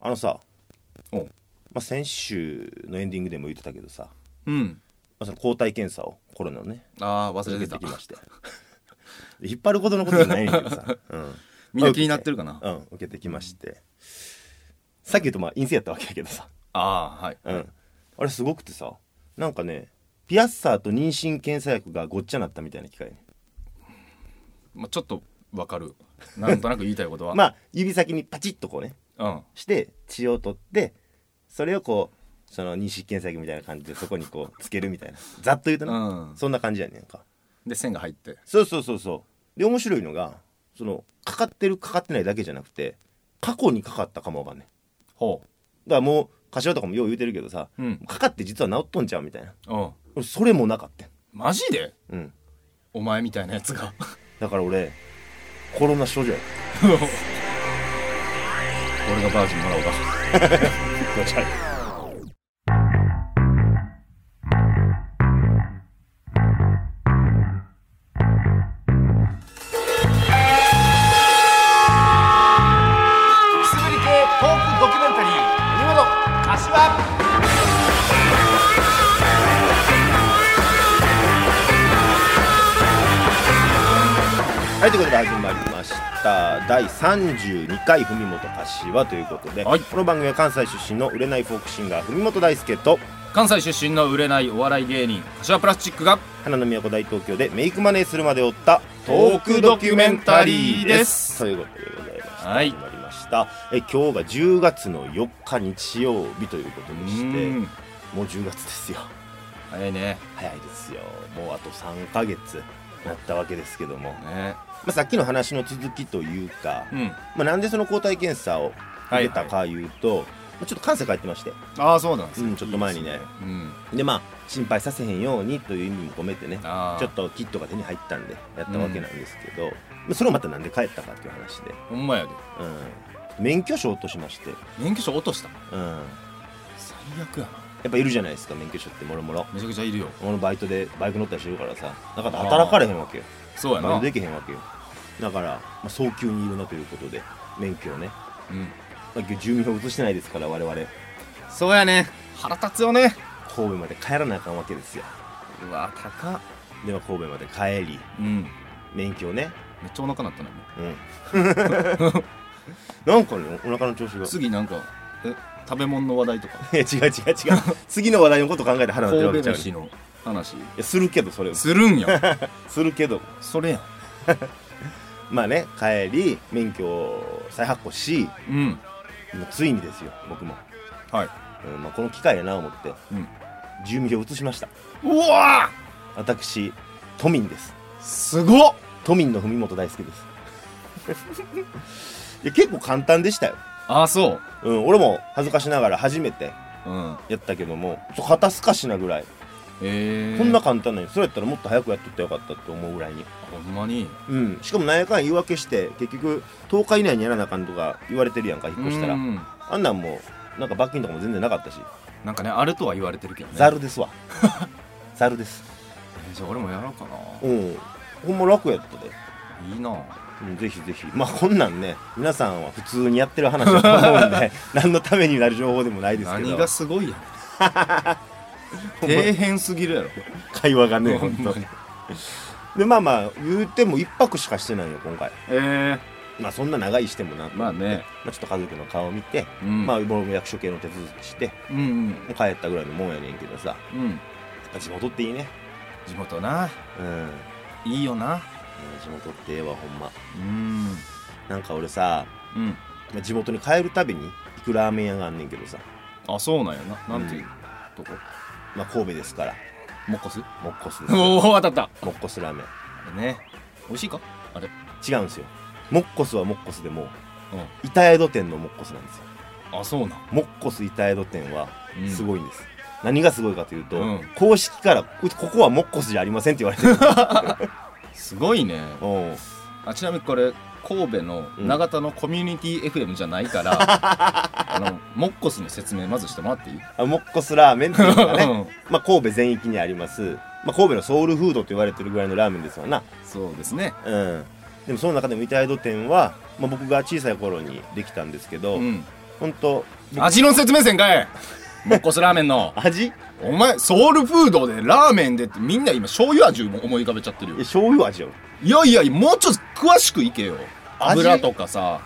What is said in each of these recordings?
あのさ、おまあ、先週のエンディングでも言ってたけどさ、まうんあ、その抗体検査をコロナのねああ忘れてた受けきまして 引っ張ることのことじゃないんだけど さ、うん、みんな気になってるかなうん受けてきましてさっき言うとまあ陰性やったわけやけどさ、ああはいうん、あれすごくてさなんかねピアッサーと妊娠検査薬がごっちゃなったみたいな機会ねまあちょっとわかるなんとなく言いたい ことはまあ指先にパチッとこうねうんして血を取ってそれをこうその妊娠検査薬みたいな感じでそこにこうつけるみたいなざっと言うとな、うんそんな感じやねんかで線が入ってそうそうそうそうで面白いのがそのかかってるかかってないだけじゃなくて過去にかかったかもわかんないほだからもう柏とかもよう言うてるけどさ、うんかかって実は治っとんちゃうみたいなううん俺それもなかったんマジでうんお前みたいなやつがだから俺コロナ症状や 俺がバージンもらおうかくすぶり系トークドキュメンタリー「海本柏」はいということで始まりました第32回文元柏ということで、はいこの番組は関西出身の売れないフォークシンガー文元大輔と関西出身の売れないお笑い芸人柏プラスチックが花の都大東京でメイクマネーするまで追ったトークドキュメンタリーです。ということでございまして、はい始まりましたえ今日が10月の4日日曜日ということうでしてんもう10月ですよ早いね早いですよもうあと3ヶ月なったわけですけども、まねあ、さっきの話の続きというか、うんまあ、なんでその抗体検査を受けたかいうと、まあちょっと関西帰ってまして、ああそうなんですうかん、ちょっと前にねうんでまあ心配させへんようにという意味も込めてねああちょっとキットが手に入ったんでやったわけなんですけど、まあそれをまたなんで帰ったかっていう話で、ほんまやでうん、免許証を落としまして、免許証落としたうん、や最悪やなっぱいるじゃないですか免許証ってもろもろめちゃくちゃいるよ俺のバイトでバイク乗ったりしてるからさだから働かれへんわけよそうやバなイトできへんわけよだから、まあ、早急にいるなということで免許をね、うんまあ、住民票移してないですから我々そうやね腹立つよね神戸まで帰らなあかんわけですようわ高っでは神戸まで帰りうんめ免許をねっちゃお腹なったな今うん なんかねお腹の調子が次なんかえ食べ物の話題とかいや 違う違う違う次の話題のこと考えて腹立ってるわ神けち戸ゃうねんい飯の話やするけどそれするん やするけどそれやまあね帰り免許を再発行しうんもうついにですよ僕も、はいうんまあ、この機会やな思って、うん住民票を移しましたうわ私都民ですすごっ都民の文元大輔です いや結構簡単でしたよ、ああそううん、俺も恥ずかしながら初めてうんやったけどもそう肩透かしなぐらいええこんな簡単なのにそれやったらもっと早くやっとったらよかったって思うぐらいにほんまにうん、しかも何やかんや言い訳して結局10日以内にやらなあかんとか言われてるやんか引っ越したらうんあんなんもうなんか罰金とかも全然なかったしなんかねあるとは言われてるけどねざる ですわざるですえーじゃあ俺もやろうかなうんほんま楽やったで、いいなうん、ぜひぜひまあこんなんね皆さんは普通にやってる話だと思うん で何のためになる情報でもないですけ何どが すごいやんほんま底辺すぎるやろ会話がねほほんんまとにでまあまあ言うても1泊しかしてないよ今回ええまあそんな長いしてもなとまあねまあ、ちょっと家族の顔を見て、うんまあ僕も役所系の手続きしてうんうんもう帰ったぐらいのもんやねんけどさうん地元っていいね地元なうんいいよな地元ってええわほんまうんなんか俺さうんまあ地元に帰るたびに行くラーメン屋があんねんけどさ、あそうなんやななんていうとこまあ、神戸ですからモッコスもっこすですよ おお当たったもっこすラーメンね美味しいかあれ違うんですよもっこすはもっこすでもう板江戸店のもっこすなんですよんあそうなんもっこす板江戸店はうんすごいんです、何がすごいかというと、うん公式からこここはもっこすじゃありませんって言われて るすごいねおうあちなみにこれ神戸のうん永田のコミュニティ FM じゃないから あのモッコスの説明まずしてもらっていいあもっこすラーメンっていうのがう ね、んまあ、神戸全域にあります、まあ、神戸のソウルフードと言われてるぐらいのラーメンですわなそうですねうん、でもその中でもイタイド店は、まあ、僕が小さい頃にできたんですけど、うん本当味の説明せんかいもっこすラーメンの味お前ソウルフードでラーメンでってみんな今醤油味も思い浮かべちゃってるよえ醤油味よいやいやもうちょっと詳しくいけよ味油とかさ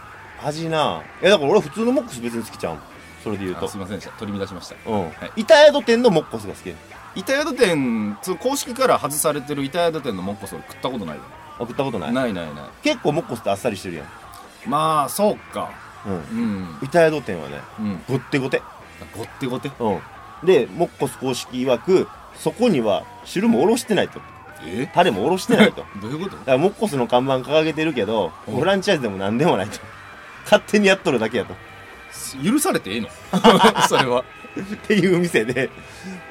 味ないやだから俺普通のモックス別に好きちゃうんそれで言うあとすいませんでした取り乱しましたうん、い板宿店のモッコスが好き板宿店その公式から外されてる板宿店のもっこそれ食ったことないよ送ったことないないないない結構モッコスってあっさりしてるやん、まあそうかうん、うん板宿店はねうんごってごてごってごてうんでモッコス公式曰くそこには汁もおろしてないとえタレもおろしてない とだかどういうことらモッコスの看板掲げてるけどうんフランチャイズでも何でもないと勝手にやっとるだけやと許されてええの それはっていう店で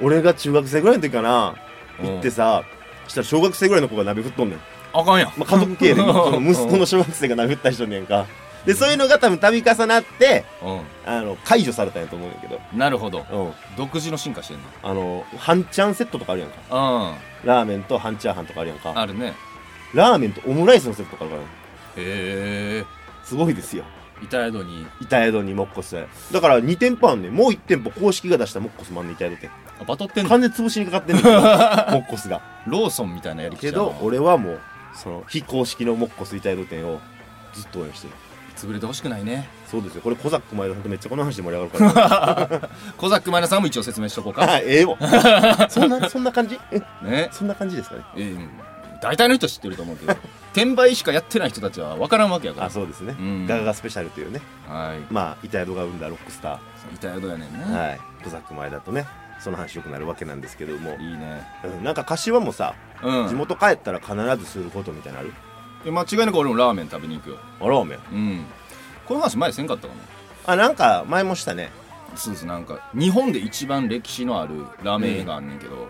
俺が中学生ぐらいの時かな行ってさしたら小学生ぐらいの子が鍋振っとんねん、あかんやんまあ、家族経営で うんその息子の小学生が鍋振った人ねんかでそういうのが多分度重なってうあの解除されたんやと思うんやけど、んなるほどうん、独自の進化してんのあの半ちゃんセットとかあるやんかうんラーメンと半チャーハンとかあるやんかあるねラーメンとオムライスのセットとかあるからねへえすごいですよ板宿に板宿にモッコスだから2店舗あんねんもう1店舗公式が出したモッコスもあんねん板宿店あバトってんの完全潰しにかか ってんねんけどモッコスがローソンみたいなやり口けやなど俺はもうその非公式のモッコス板宿店をずっと応援してる潰れてほしくないねそうですよこれコザック前田さんとめっちゃこの話で盛り上がるかコザックマイナさんも一応説明しとこうら かあええわそんなそんな感じえねそんな感じですかねえー大体の人知ってると思 うけど転売しかやってない人たちは分からんわけやからあそうですねうんガガガスペシャルというねはいまあ板宿が生んだロックスタ板宿やねんね、ーはいコザック前田とねその話よくなるわけなんですけどもい、いねうんなんか柏もさうん地元帰ったら必ずすることみたいなのあるで間違いなく俺もラーメン食べに行くよあラーメンうんこの話前せんかったかあなんか前もしたねなそうですなんか日本で一番歴史のあるラーメン屋があんねんけど、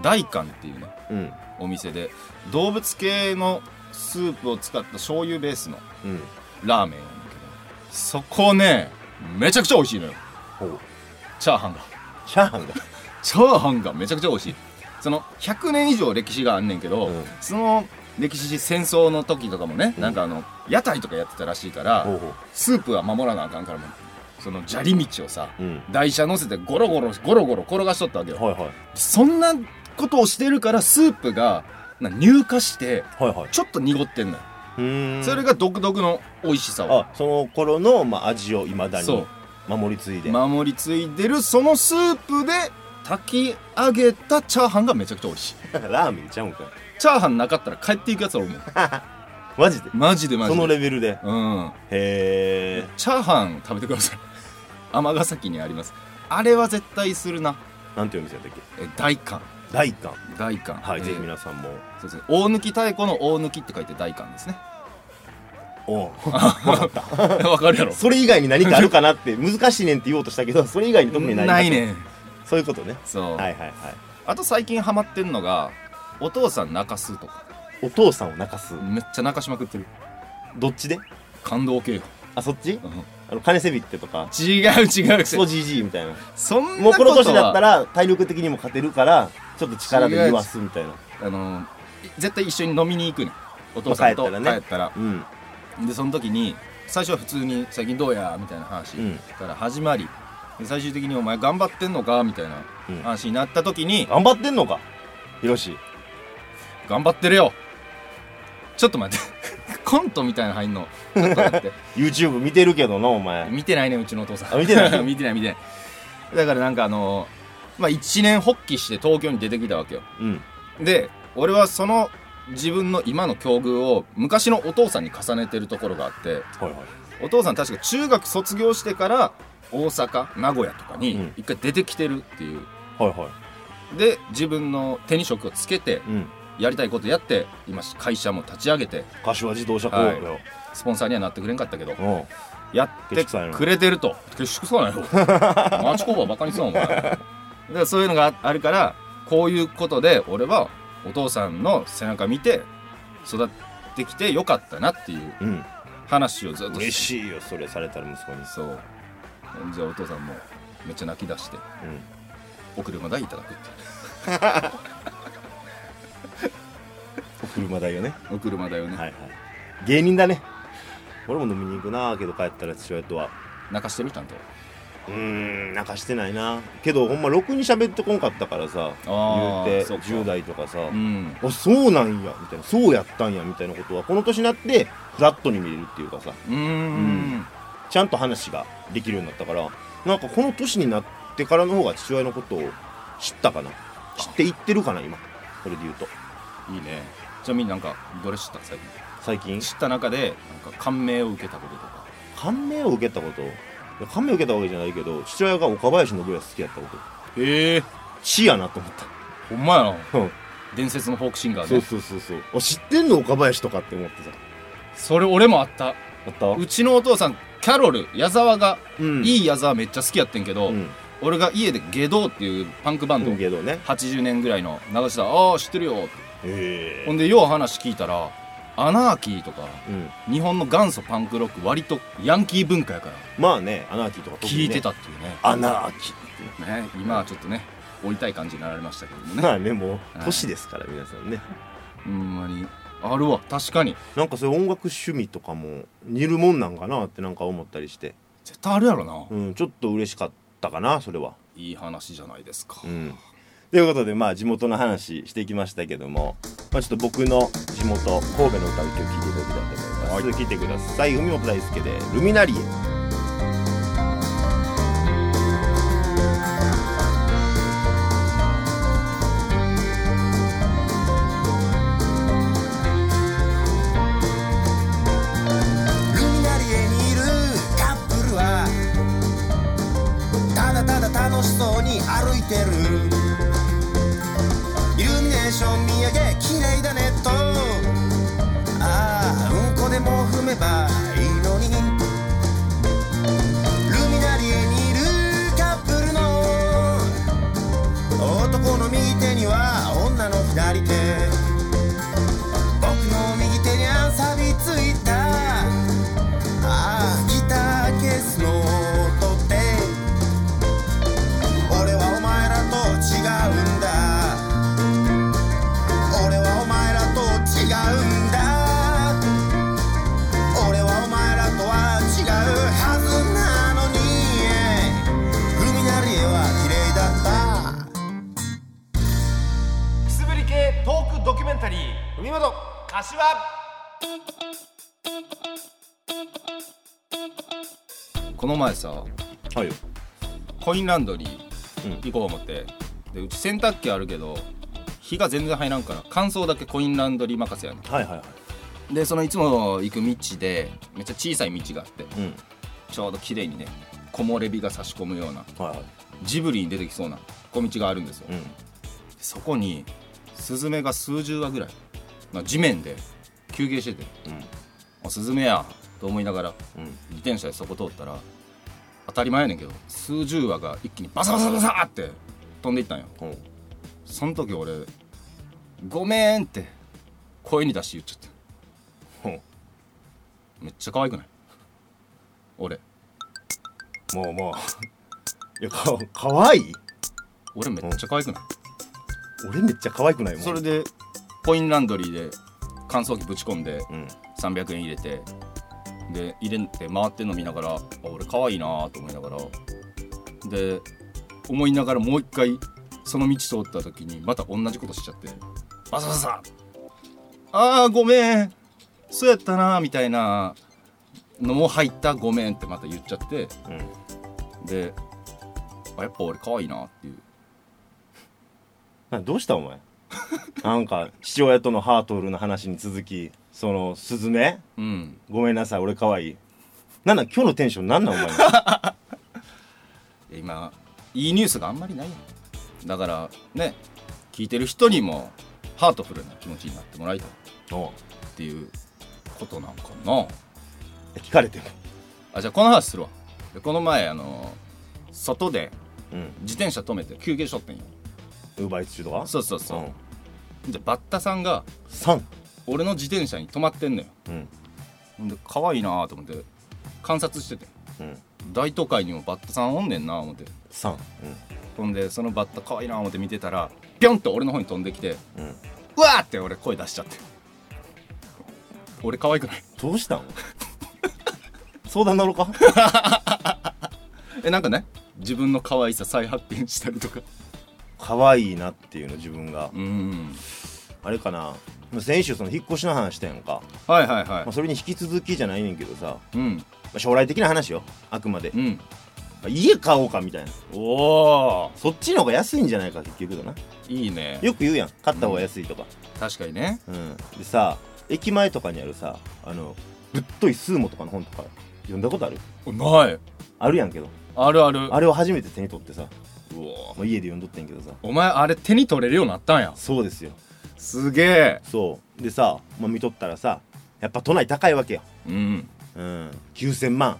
大館っていうねうんお店で動物系のスープを使った醤油ベースのうんラーメンやねんけどそこねめちゃくちゃ美味しいのよほうチャーハンがチャーハンがチャーハンがめちゃくちゃ美味しいその100年以上歴史があんねんけど、うんその歴史戦争の時とかもね、うんなんかあの屋台とかやってたらしいから、ほうほスープは守らなあかんからもうその砂利道をさううん台車乗せてゴロゴロゴロゴロ転がしとったわけよはいはいそんなことをしてるからスープがな乳化してはいはいちょっと濁ってんのよ、うーんそれが独特の美味しさをあその頃のまあ味をいまだそに守り継いで、守り継いでるそのスープで炊き上げたチャーハンがめちゃくちゃ美味しいラーメンちゃうんかいチャーハンなかったら帰っていくやつはおるもんマジでマジでマジそでのレベルでうんへえチャーハン食べてください 尼崎にありますあれは絶対するななんていうお店だっけえ大館大館大館はい、えーぜひ皆さんもそうですね大貫太鼓の大貫って書いて大館ですね おう わかったわかるやろそれ以外に何かあるかなって 難しいねんって言おうとしたけどそれ以外に特にないないねそういうことねそう、はいはいはいあと最近ハマってんのがお父さん泣かすとかお父さんを泣かすめっちゃ泣かしまくってるどっちで感動系よあそっちうんあの金セビックとか違う違うクソジジイみたいなそんもうなここのと年だったはら体力的にも勝てるからちょっと力で言わすみたいなあのい絶対一緒に飲みに行くねんお父さんと帰まあ帰っったらねたらうんでその時に最初は普通に「最近どうや?」みたいな話うんから始まり、で最終的に「お前頑張ってんのか?」みたいなうん話になった時に頑張ってんのかヒロシ「頑張ってるよちょっと待って コントみたいなの入んのちょっと待って YouTube 見てるけどなお前見てないねうちのお父さあん見てない 見てない見てないだからなんかあのまあ一年発起して東京に出てきたわけようんで俺はその自分の今の境遇を昔のお父さんに重ねてるところがあってはいはいお父さん確か中学卒業してから大阪名古屋とかうにん一回出てきてるっていう、はいはいで自分の手に職をつけてうんやりたいことやって今会社も立ち上げて柏自動車工業、はスポンサーにはなってくれんかったけどうんやってくれてると結縮そうなんよ 町工場バカにすなお前でそういうのがあるからこういうことで俺はお父さんの背中見て育ってきてよかったなっていううん話をずっと嬉しいよそれされたら息子にそうじゃあお父さんもめっちゃ泣き出してうんお車代いただくってお車代よねお車代をね、はいはい芸人だね俺も飲みに行くなあけど帰ったら父親とは泣かしてるちゃんとうーんなんかしてないなけどほんまろくに喋ってこんかったからさ言あうーてそうか10代とかさ、うんあそうなんやみたいなそうやったんやみたいなことはこの年になってフラットに見れるっていうかさうーんちゃんと話ができるようになったからなんかこの年になってからの方が父親のことを知ったかな知っていってるかな今これで言うといいねちなみになんかどれ知った最最近近知った中でなんか感銘を受けたこととか感銘を受けたこといや感銘を受けたわけじゃないけど父親が岡林信也好きやったことええ死やなと思ったほんまやなうん伝説のフォークシンガーそうねそうそうそうあ知ってんの岡林とかって思ってさそれ俺もあったあったうちのお父さんキャロル矢沢が、うんいい矢沢めっちゃ好きやってんけど、うん俺が家でゲドーっていうパンクバンド、けどね80年ぐらいの流したああ知ってるよってへほんでよう話聞いたらアナーキーとかうん日本の元祖パンクロック割とヤンキー文化やからまあねアナーキーとか特に聞ねいてたっていうねアナーキね今はちょっとね追いたい感じになられましたけどもーねまあねもう年ですから皆さんねほんまにあるわ確かになんかそういう音楽趣味とかも似るもんなんかなってなんか思ったりして絶対あるやろな、うんちょっと嬉しかったかなそれはいい話じゃないですか、うんということでまあ地元の話してきましたけども、まあ、ちょっと僕の地元神戸の歌を今日聴いていただきたいと思います、はい聞いてください海本大輔で「ルミナリエ」ルミナリエにいるカップルはただただ楽しそうに歩いてるイルミネーション見上げ綺麗だねとああうんこでも踏めばいいのにルミナリエにいるカップルの男の右手には女の左手僕の右手には錆びついたああギターケースの音って俺はお前らと違うんだ俺はお前らと違うんだ俺はお前らとは違うはずなのにルミナリエは綺麗だったくすぶり系トークドキュメンタリー海本柏この前さはいよコインランドリー行こう思って、でうち洗濯機あるけど日が全然入らんから乾燥だけコインランドリー任せやねはいはいはいんでそのいつも行く道でめっちゃ小さい道があってうんちょうど綺麗にね木漏れ日が差し込むようなはいはいジブリに出てきそうな小道があるんですよ、うんそこにスズメが数十羽ぐらいまあ地面で休憩しててうん「あスズメや」と思いながらうん自転車でそこ通ったら当たり前やねんけど数十羽が一気にバサバサバサって飛んでいったんよほうその時俺「ごめん」って声に出して言っちゃっほうためっちゃ可愛くない俺もうもういやかかわいい俺めっちゃ可愛くない俺めっちゃ可愛くないもんそれでコインランドリーで乾燥機ぶち込んでうん300円入れてで入れて回ってんの見ながらあ俺可愛いなと思いながらで思いながらもう一回その道通った時にまた同じことしちゃってバサバサあーごめんそうやったなみたいなのも入ったごめんってまた言っちゃってうんであやっぱ俺可愛いなっていうなどうしたお前なんか父親とのハートルの話に続きそのスズメうんごめんなさい俺可愛いなんなん今日のテンションなんなんお 前今いいニュースがあんまりないやんだからね聞いてる人にもハートフルな気持ちになってもらいたいおうっていうことなんかな聞かれてもあじゃあこの話するわでこの前あの外でうん自転車止めて休憩しとってんよウーバーイーツ中とかそうそうそうう、んでバッタさんが3俺の自転車に止まってんのようんほんで可愛いなと思って観察しててうん大都会にもバッタさんおんねんな思って3ほんでそのバッタ可愛いな思って見てたらピョンって俺の方に飛んできてうんうんうわーって俺声出しちゃって俺可愛くないどうしたん相談なのかえなんかね自分の可愛さ再発見したりとか可愛いなっていうの自分がうんあれかな先週その引っ越しの話したやんか、はいはいはまあ、それに引き続きじゃないねんけどさ、まいうんあ、将来的な話よあくまで、うんまあ家買おうかみたいなおおそっちの方が安いんじゃないか結局だないいねよく言うやん買った方が安いとか、確かにねうんでさ駅前とかにあるさあのぶっといスーモとかの本とか読んだことあるおないあるやんけどあるあるあれを初めて手に取ってさ、うおまあ、家で読んどってんけどさお前あれ手に取れるようになったんやそうですよすげえそうでさ、まあ、見とったらさやっぱ都内高いわけよ、うんうん、9000万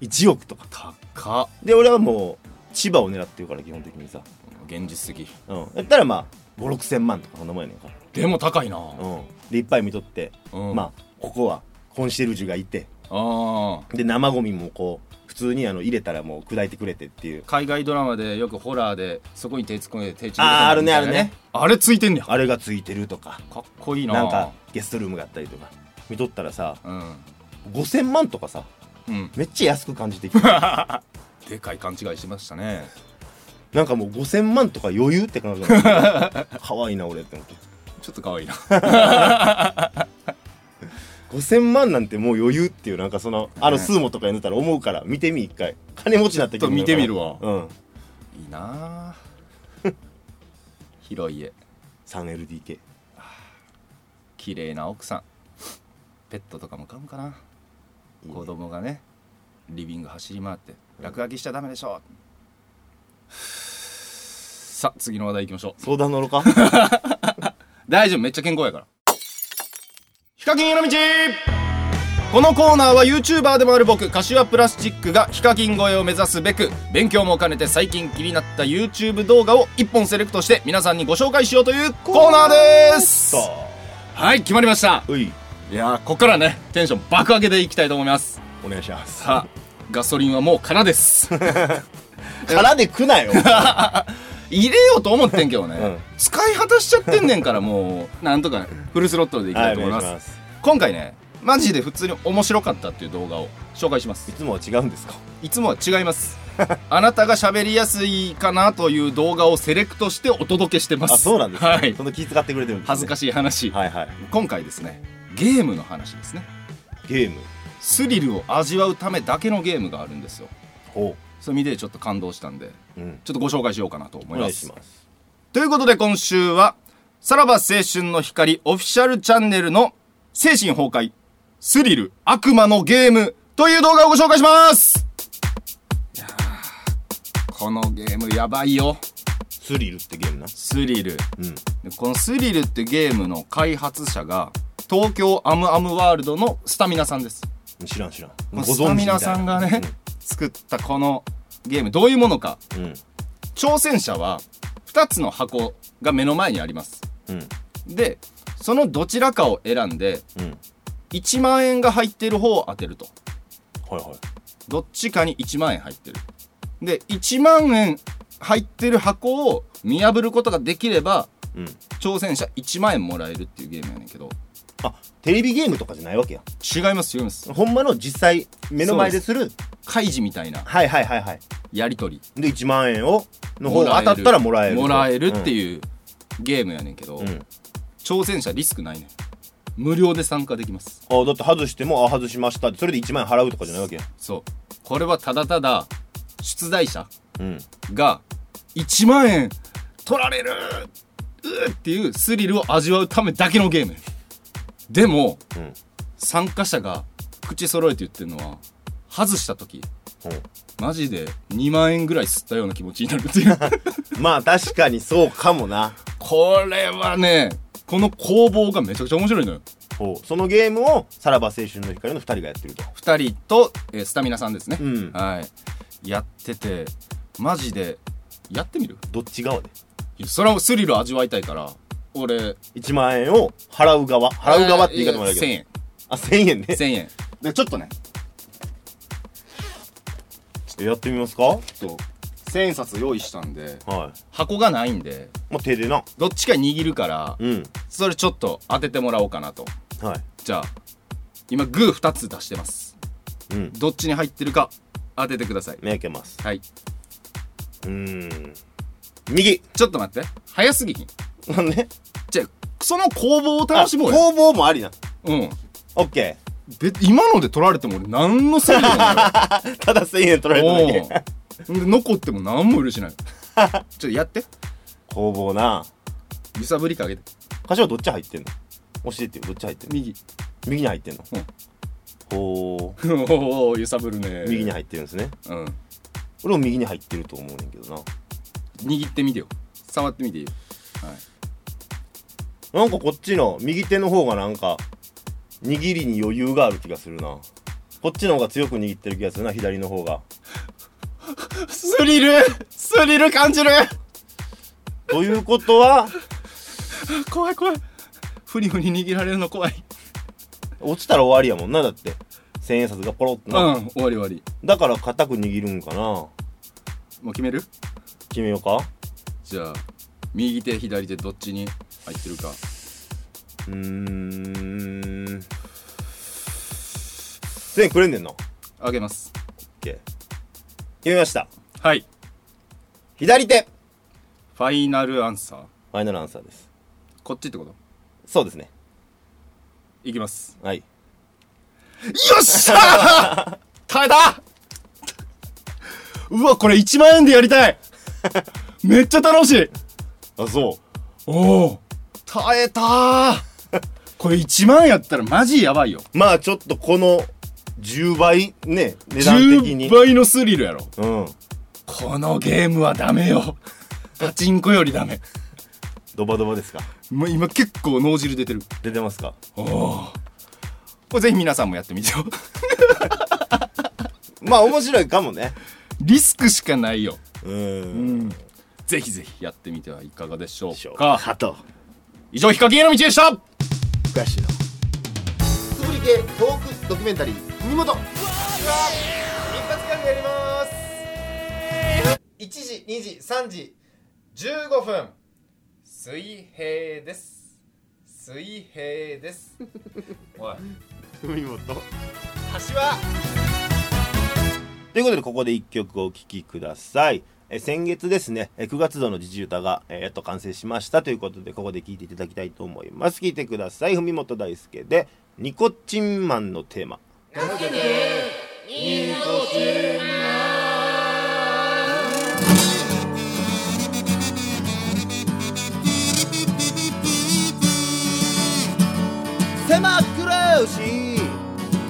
1億とか高っで俺はもう千葉を狙ってるから基本的にさ、現実的うん、やったらまあ56000万とかそんなもんやねんかでも高いなら、うん、でいっぱい見とって、うんまあここはコンシェルジュがいてあで生ゴミもこう普通にあの入れたらもう砕いてくれてっていう海外ドラマでよくホラーでそこに手突っ込んで手突っ込んであーあるねあるねあれついてんねやあれがついてるとかかっこいいななんかゲストルームがあったりとか見とったらさうん5000万とかさうんめっちゃ安く感じてき たでかい勘違いしてましたねなんかもう5000万とか余裕って感じだ った可愛いな俺って思ってちょっと可愛 いな5000万なんてもう余裕っていうなんかそのあのスーモとかやんでたら思うから見てみ一回金持ちになったちょっと見てみるわうんいいなあ広い家 3LDK 綺麗な奥さんペットとかも飼うんかないいね子供がねリビング走り回って落書きしちゃダメでしょ、さあ次の話題いきましょう相談乗ろう か大丈夫めっちゃ健康やからヒカキンへの道このコーナーは YouTuber でもある僕柏プラスチックがヒカキン越えを目指すべく勉強も兼ねて最近気になった YouTube 動画を1本セレクトして皆さんにご紹介しようというコーナーですさはい決まりましたあういいやーこっからねテンション爆上げでいきたいと思いますお願いしますさあガソリンはもう空です 腹でくなよ入れようと思ってんけどね、うん使い果たしちゃってんねんからもうなんとかフルスロットルでいきたいと思います,、す今回ねマジで普通に面白かったっていう動画を紹介しまいすつもは違うんですかいつもは違います あなたが喋りやすいかなという動画をセレクトしてお届けしてますあそうなんですねはいその気使ってくれてるんですね恥ずかしい話、はいはい今回ですねゲームの話ですねゲームスリルを味わうためだけのゲームがあるんですよほそれ見てちょっと感動したんでううんちょっとご紹介しようかなと思おいま願いしすますということで今週は、さらば青春の光オフィシャルチャンネルの精神崩壊、スリル悪魔のゲームという動画をご紹介しますいやーこのゲームやばいよ。スリルってゲームなスリル。うんでこのスリルってゲームの開発者が、東京アムアムワールドのスタミナさんです。知らん知らんこのご存知スタミナみたいさなんがね、作ったこのゲーム、どういうものか。うんうん挑戦者は、2つの箱が目の前にあります。うんでそのどちらかを選んでうん1万円が入ってる方を当てるとはいはいどっちかに1万円入ってるで1万円入ってる箱を見破ることができればうん挑戦者1万円もらえるっていうゲームやねんけどあテレビゲームとかじゃないわけや違います違いますほんまの実際目の前でする開示みたいなはいはいはいはいやり取りで1万円をの方もらがえる当たったらもらえるもらえるっうていうゲームやねんけど、ん、うん挑戦者リスクないねん無料で参加できますあだって外してもあ外しましたってそれで1万円払うとかじゃないわけやそうこれはただただ出題者うんが1万円取られるうーっていうスリルを味わうためだけのゲームでもうん参加者が口揃えて言ってるのは外した時ほうマジで2万円ぐらい吸ったような気持ちになるっ ていうまあ確かにそうかもなこれはねこの攻防がめちゃくちゃ面白いのよほうそのゲームをさらば青春の光の2人がやってると2人と、えースタミナさんですね、うんはいやっててマジでやってみるどっち側でいやそれはスリル味わいたいから俺1万円を払う側払う側って言い方もあるけど、 1000円あ1000円ね1000円でちょっとねえやってみますかはい、ちょっと千円札用意したんで箱がないんでまあ、手でなどっちか握るからうんそれちょっと当ててもらおうかなとはいじゃあ今グー2つ出してますうんどっちに入ってるか当ててください目開けますはいうーん右ちょっと待って早すぎひんなんでじゃあその攻防を楽しもうよあ攻防もありなうんオッケで今ので取られても俺何のせいでもない ーただ1000円取られただけおうで残っても何も嬉しない ちょっとやって攻防な揺さぶりかけて柏どっち入ってんの教えてよどっち入ってんの右 右に入ってんの、うんほうおお揺さぶるね右に入ってるんですねうん俺も右に入ってると思うねんけどな握ってみてよ触ってみていいよなんかこっちの右手の方がなんか握りに余裕がある気がするなこっちの方が強く握ってる気がするな左の方がスリルスリル感じるということ は怖い怖いふにふに握られるの怖い落ちたら終わりやもんなだって千円札がポロッとうんな、終わり終わりだから固く握るんかなもう決める決めようかじゃあ右手左手どっちに入ってるかうーん1000円くれんねんなオッあげますケー決めましたはい左手ファイナルアンサーファイナルアンサーですこっちってことそうですねいきますはいよっしゃー耐えたうわこれ1万円でやりたいめっちゃ楽しいあそおお耐えたーこれ1万円やったらマジやばいようまあちょっとこの10倍ね値段的に10倍のスリルやろうんこのゲームはダメ よパチンコよりダメドバドバですかもう今結構脳汁出てる出てますかおおこれぜひ皆さんもやってみてよ まあ面白いかもねリスクしかないようんぜひぜひやってみてはいかがでしょしょううかかと以上ヒカキンへの道でした昔のつぶり系トークドキュメンタリー国本一発ギャグやります1時2時3時15分水平です水平ですおい海本橋はということでここで1曲お聴きくださいえ先月ですねえ9月度の自治歌がえーやっと完成しましたということでここで聴いていただきたいと思います聴いてください文本大輔で「ニコチンマン」のテーマ狭苦しい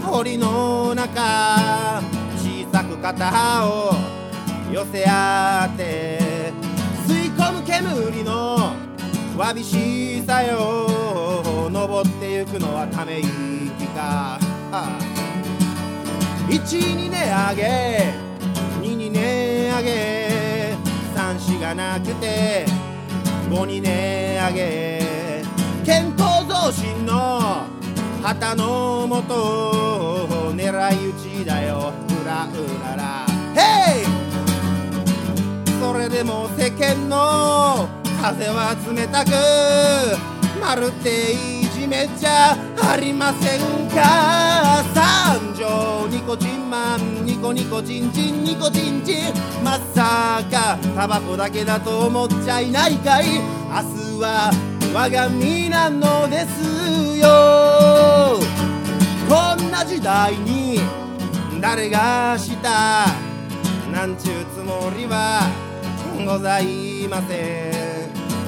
堀の中小さく肩を寄せ合って吸い込む煙のわびしさよ登ってゆくのはため息か一に値上げ二に値上げ三四がなくて5に値上げ健康増進の旗のもと狙い撃ちだようらうらら Hey! それでも世間の風は冷たくまるでいじめじゃありませんか三条ニコチンマンニコニコチンチンニコチンチンまさかタバコだけだと思っちゃいないかい明日は我が身なのですよこんな時代に誰がしたなんちゅうつもりはございません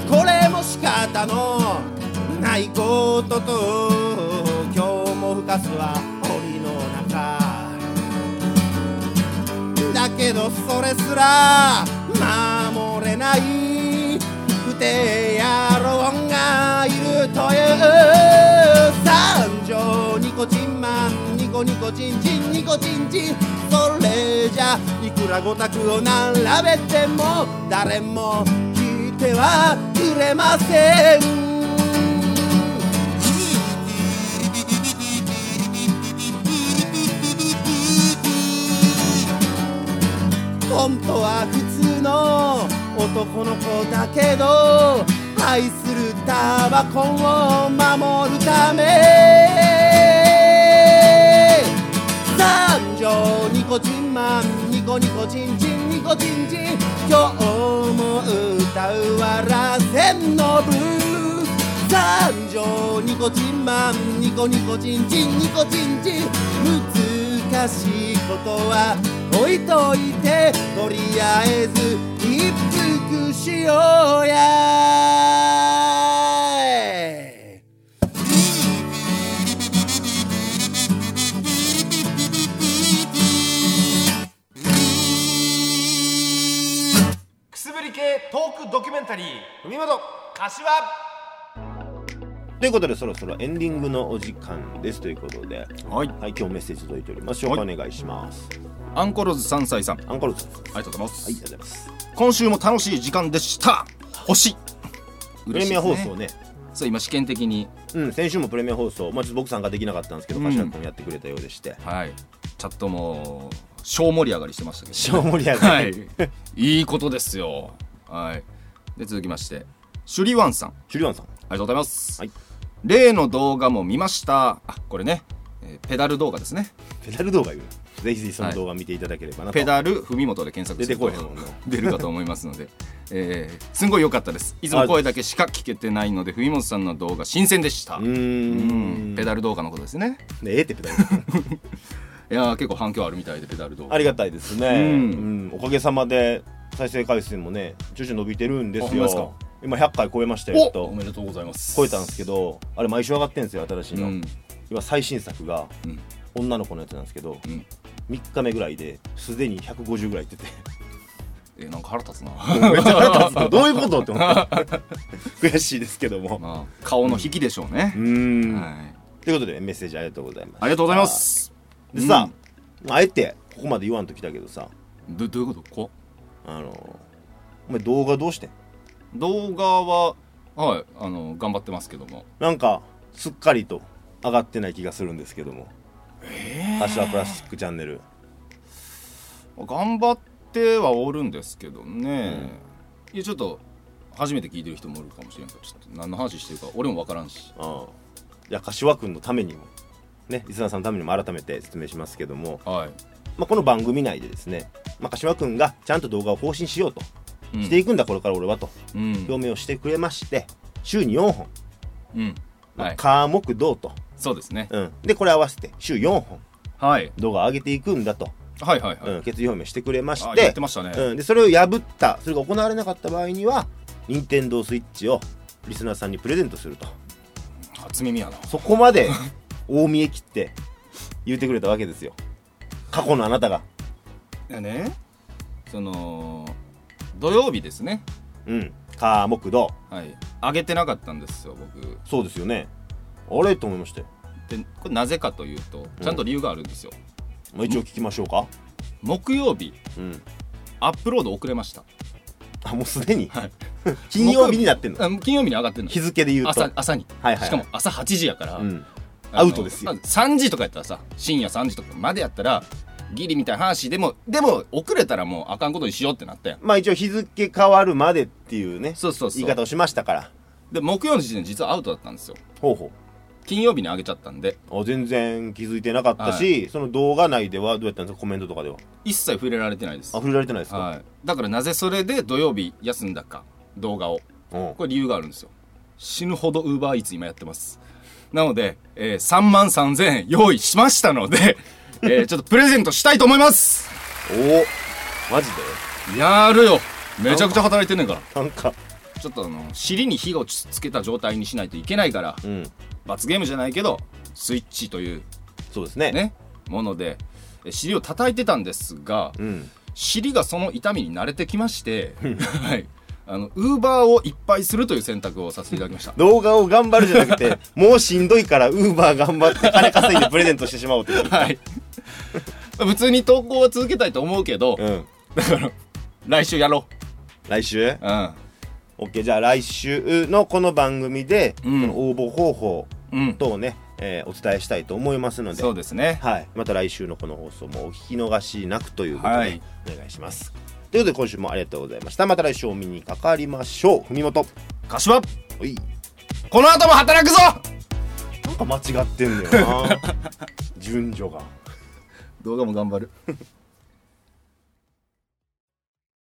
これも仕方のないことと今日もふかすは檻の中だけどそれすら守れない不定野郎がいるという三条ニコチンマンニコニコチンチンニコチンチンそれじゃいくらごたくを並べても誰も聞いてはくれません本当は普通の男の子だけど愛するタバコを守るため三条ニコチンマンニコニコチンチンニコチンチン今日も歌うわらせんのブルース三条ニコチンマンニコニコチンチンニコチンチン難しいことは置いといてとりあえず一服しようやいくすぶり系トークドキュメンタリー海本柏ということでそろそろエンディングのお時間ですということで、はいはい、今日メッセージ届いております紹介お願いします、アンコロズ3歳さんありアンコールズはいがとうございます、ありがとうございます今週も楽しい時間でした星プレミア放送ねそう今試験的にうん先週もプレミア放送まあちょっと僕参加できなかったんですけどうん柏君やってくれたようでして、はいチャットも小盛り上がりしてましたけど小盛り上がはり、い、いいことですよ。はい。で続きまして、シュリワンさん、あシュリワンさんりがとうございます。はい例の動画も見ました。あ、これね、えーペダル動画ですね。ペダル動画言うぜひぜひその動画見ていただければなと、ペダル文元で検索すると出てこいへんもんな出るかと思いますので、 えーすんごい良かったです。いつも声だけしか聞けてないので、文元さんの動画新鮮でした。うーうんんペダル動画のことですね。ねええってペダル動 画いやー結構反響あるみたいでペダル動画。ありがたいですね、うんうんおかげさまで再生回数もね徐々に伸びてるんですあほんよまですか今100回超えましたよやっおおとめでとうございます。超えたんですけどあれ毎週上がってんですよ新しいの、うん今最新作が、うん女の子のやつなんですけど、ん3日目ぐらいですでに150ぐらいい ってて えーなんか腹立つな。めっちゃ腹立つどういうことって思 って悔しいですけどもまあ 顔の引きでしょううね。ーん、はい。ということでメッセージありがとうございますありがとうございます。でさ、あえてここまで言わんときたけどさどどういうことこあのお前動画どうしてん動画ははいあの頑張ってますけどもなんかすっかりと上がってない気がするんですけども「柏プラスチックチャンネル頑張ってはおるんですけどね、いやちょっと初めて聞いてる人もおるかもしれんからちょっと何の話してるか俺も分からんし」ああいや柏君のためにもねリスナーさんのためにも改めて説明しますけども、はいまあ、この番組内でですね、まあ、柏君がちゃんと動画を更新しようとうんしていくんだ、これから俺はとうん表明をしてくれまして週に4本うんまあはい火木土と、そうですねうん、でこれ合わせて週4本はい動画を上げていくんだと、はいはいはい、うん、決意表明してくれましあてやってましたね、うん、でそれを破ったそれが行われなかった場合には任天堂スイッチをリスナーさんにプレゼントすると初耳やなそこま で大見え切って言ってくれたわけですよ過去のあなたがいやねその土曜日ですねうん火木土はい上げてなかったんですよ僕そうですよねあれと思いましたよ、でこれなぜかというとちゃんと理由があるんですよ、まあ、一応聞きましょうか木曜日うんアップロード遅れましたあもうすでに、はい 金曜日になってんのあ金曜日に上がってるの日付で言うと朝朝に、はいはいはいしかも朝8時やから、うん、あのアウトですよまあ3時とかやったらさ深夜3時とかまでやったらギリみたいな話でもでも遅れたらもうあかんことにしようってなったやんまあ一応日付変わるまでっていうねそうそうそう言い方をしましたからで木曜の時点で実はアウトだったんですよほうほう金曜日に上げちゃったんであ全然気づいてなかったし、その動画内ではどうやったんですかコメントとかでは一切触れられてないですあ触れられてないですか、はい、だからなぜそれで土曜日休んだか動画をうんこれ理由があるんですよ死ぬほどウーバーイーツ今やってますなので、えー、3万3000円用意しましたので、 えー、ちょっとプレゼントしたいと思いますおおマジでやるよめちゃくちゃ働いてんねんからなんかちょっとあの尻に火をつけた状態にしないといけないからうん罰ゲームじゃないけどスイッチというそうですねねものでえ尻を叩いてたんですが、うん尻がその痛みに慣れてきまして、 はい、あのウーバーをいっぱいするという選択をさせていただきました動画を頑張るじゃなく てもうしんどいからウーバー頑張って金稼いでプレゼントしてしまおうっていうはい普通に投稿は続けたいと思うけど、うんだから来週やろ来週ううん OK じゃあ来週のこの番組で、うんその応募方法うん等をね、えーお伝えしたいと思いますのでそうですねはい、また来週のこの放送もお聞き逃しなくということで、はいお願いしますということで今週もありがとうございましたまた来週お見にかかりましょう文元柏おいこの後も働くぞ なんか間違ってんだよな 順序が動画も頑張る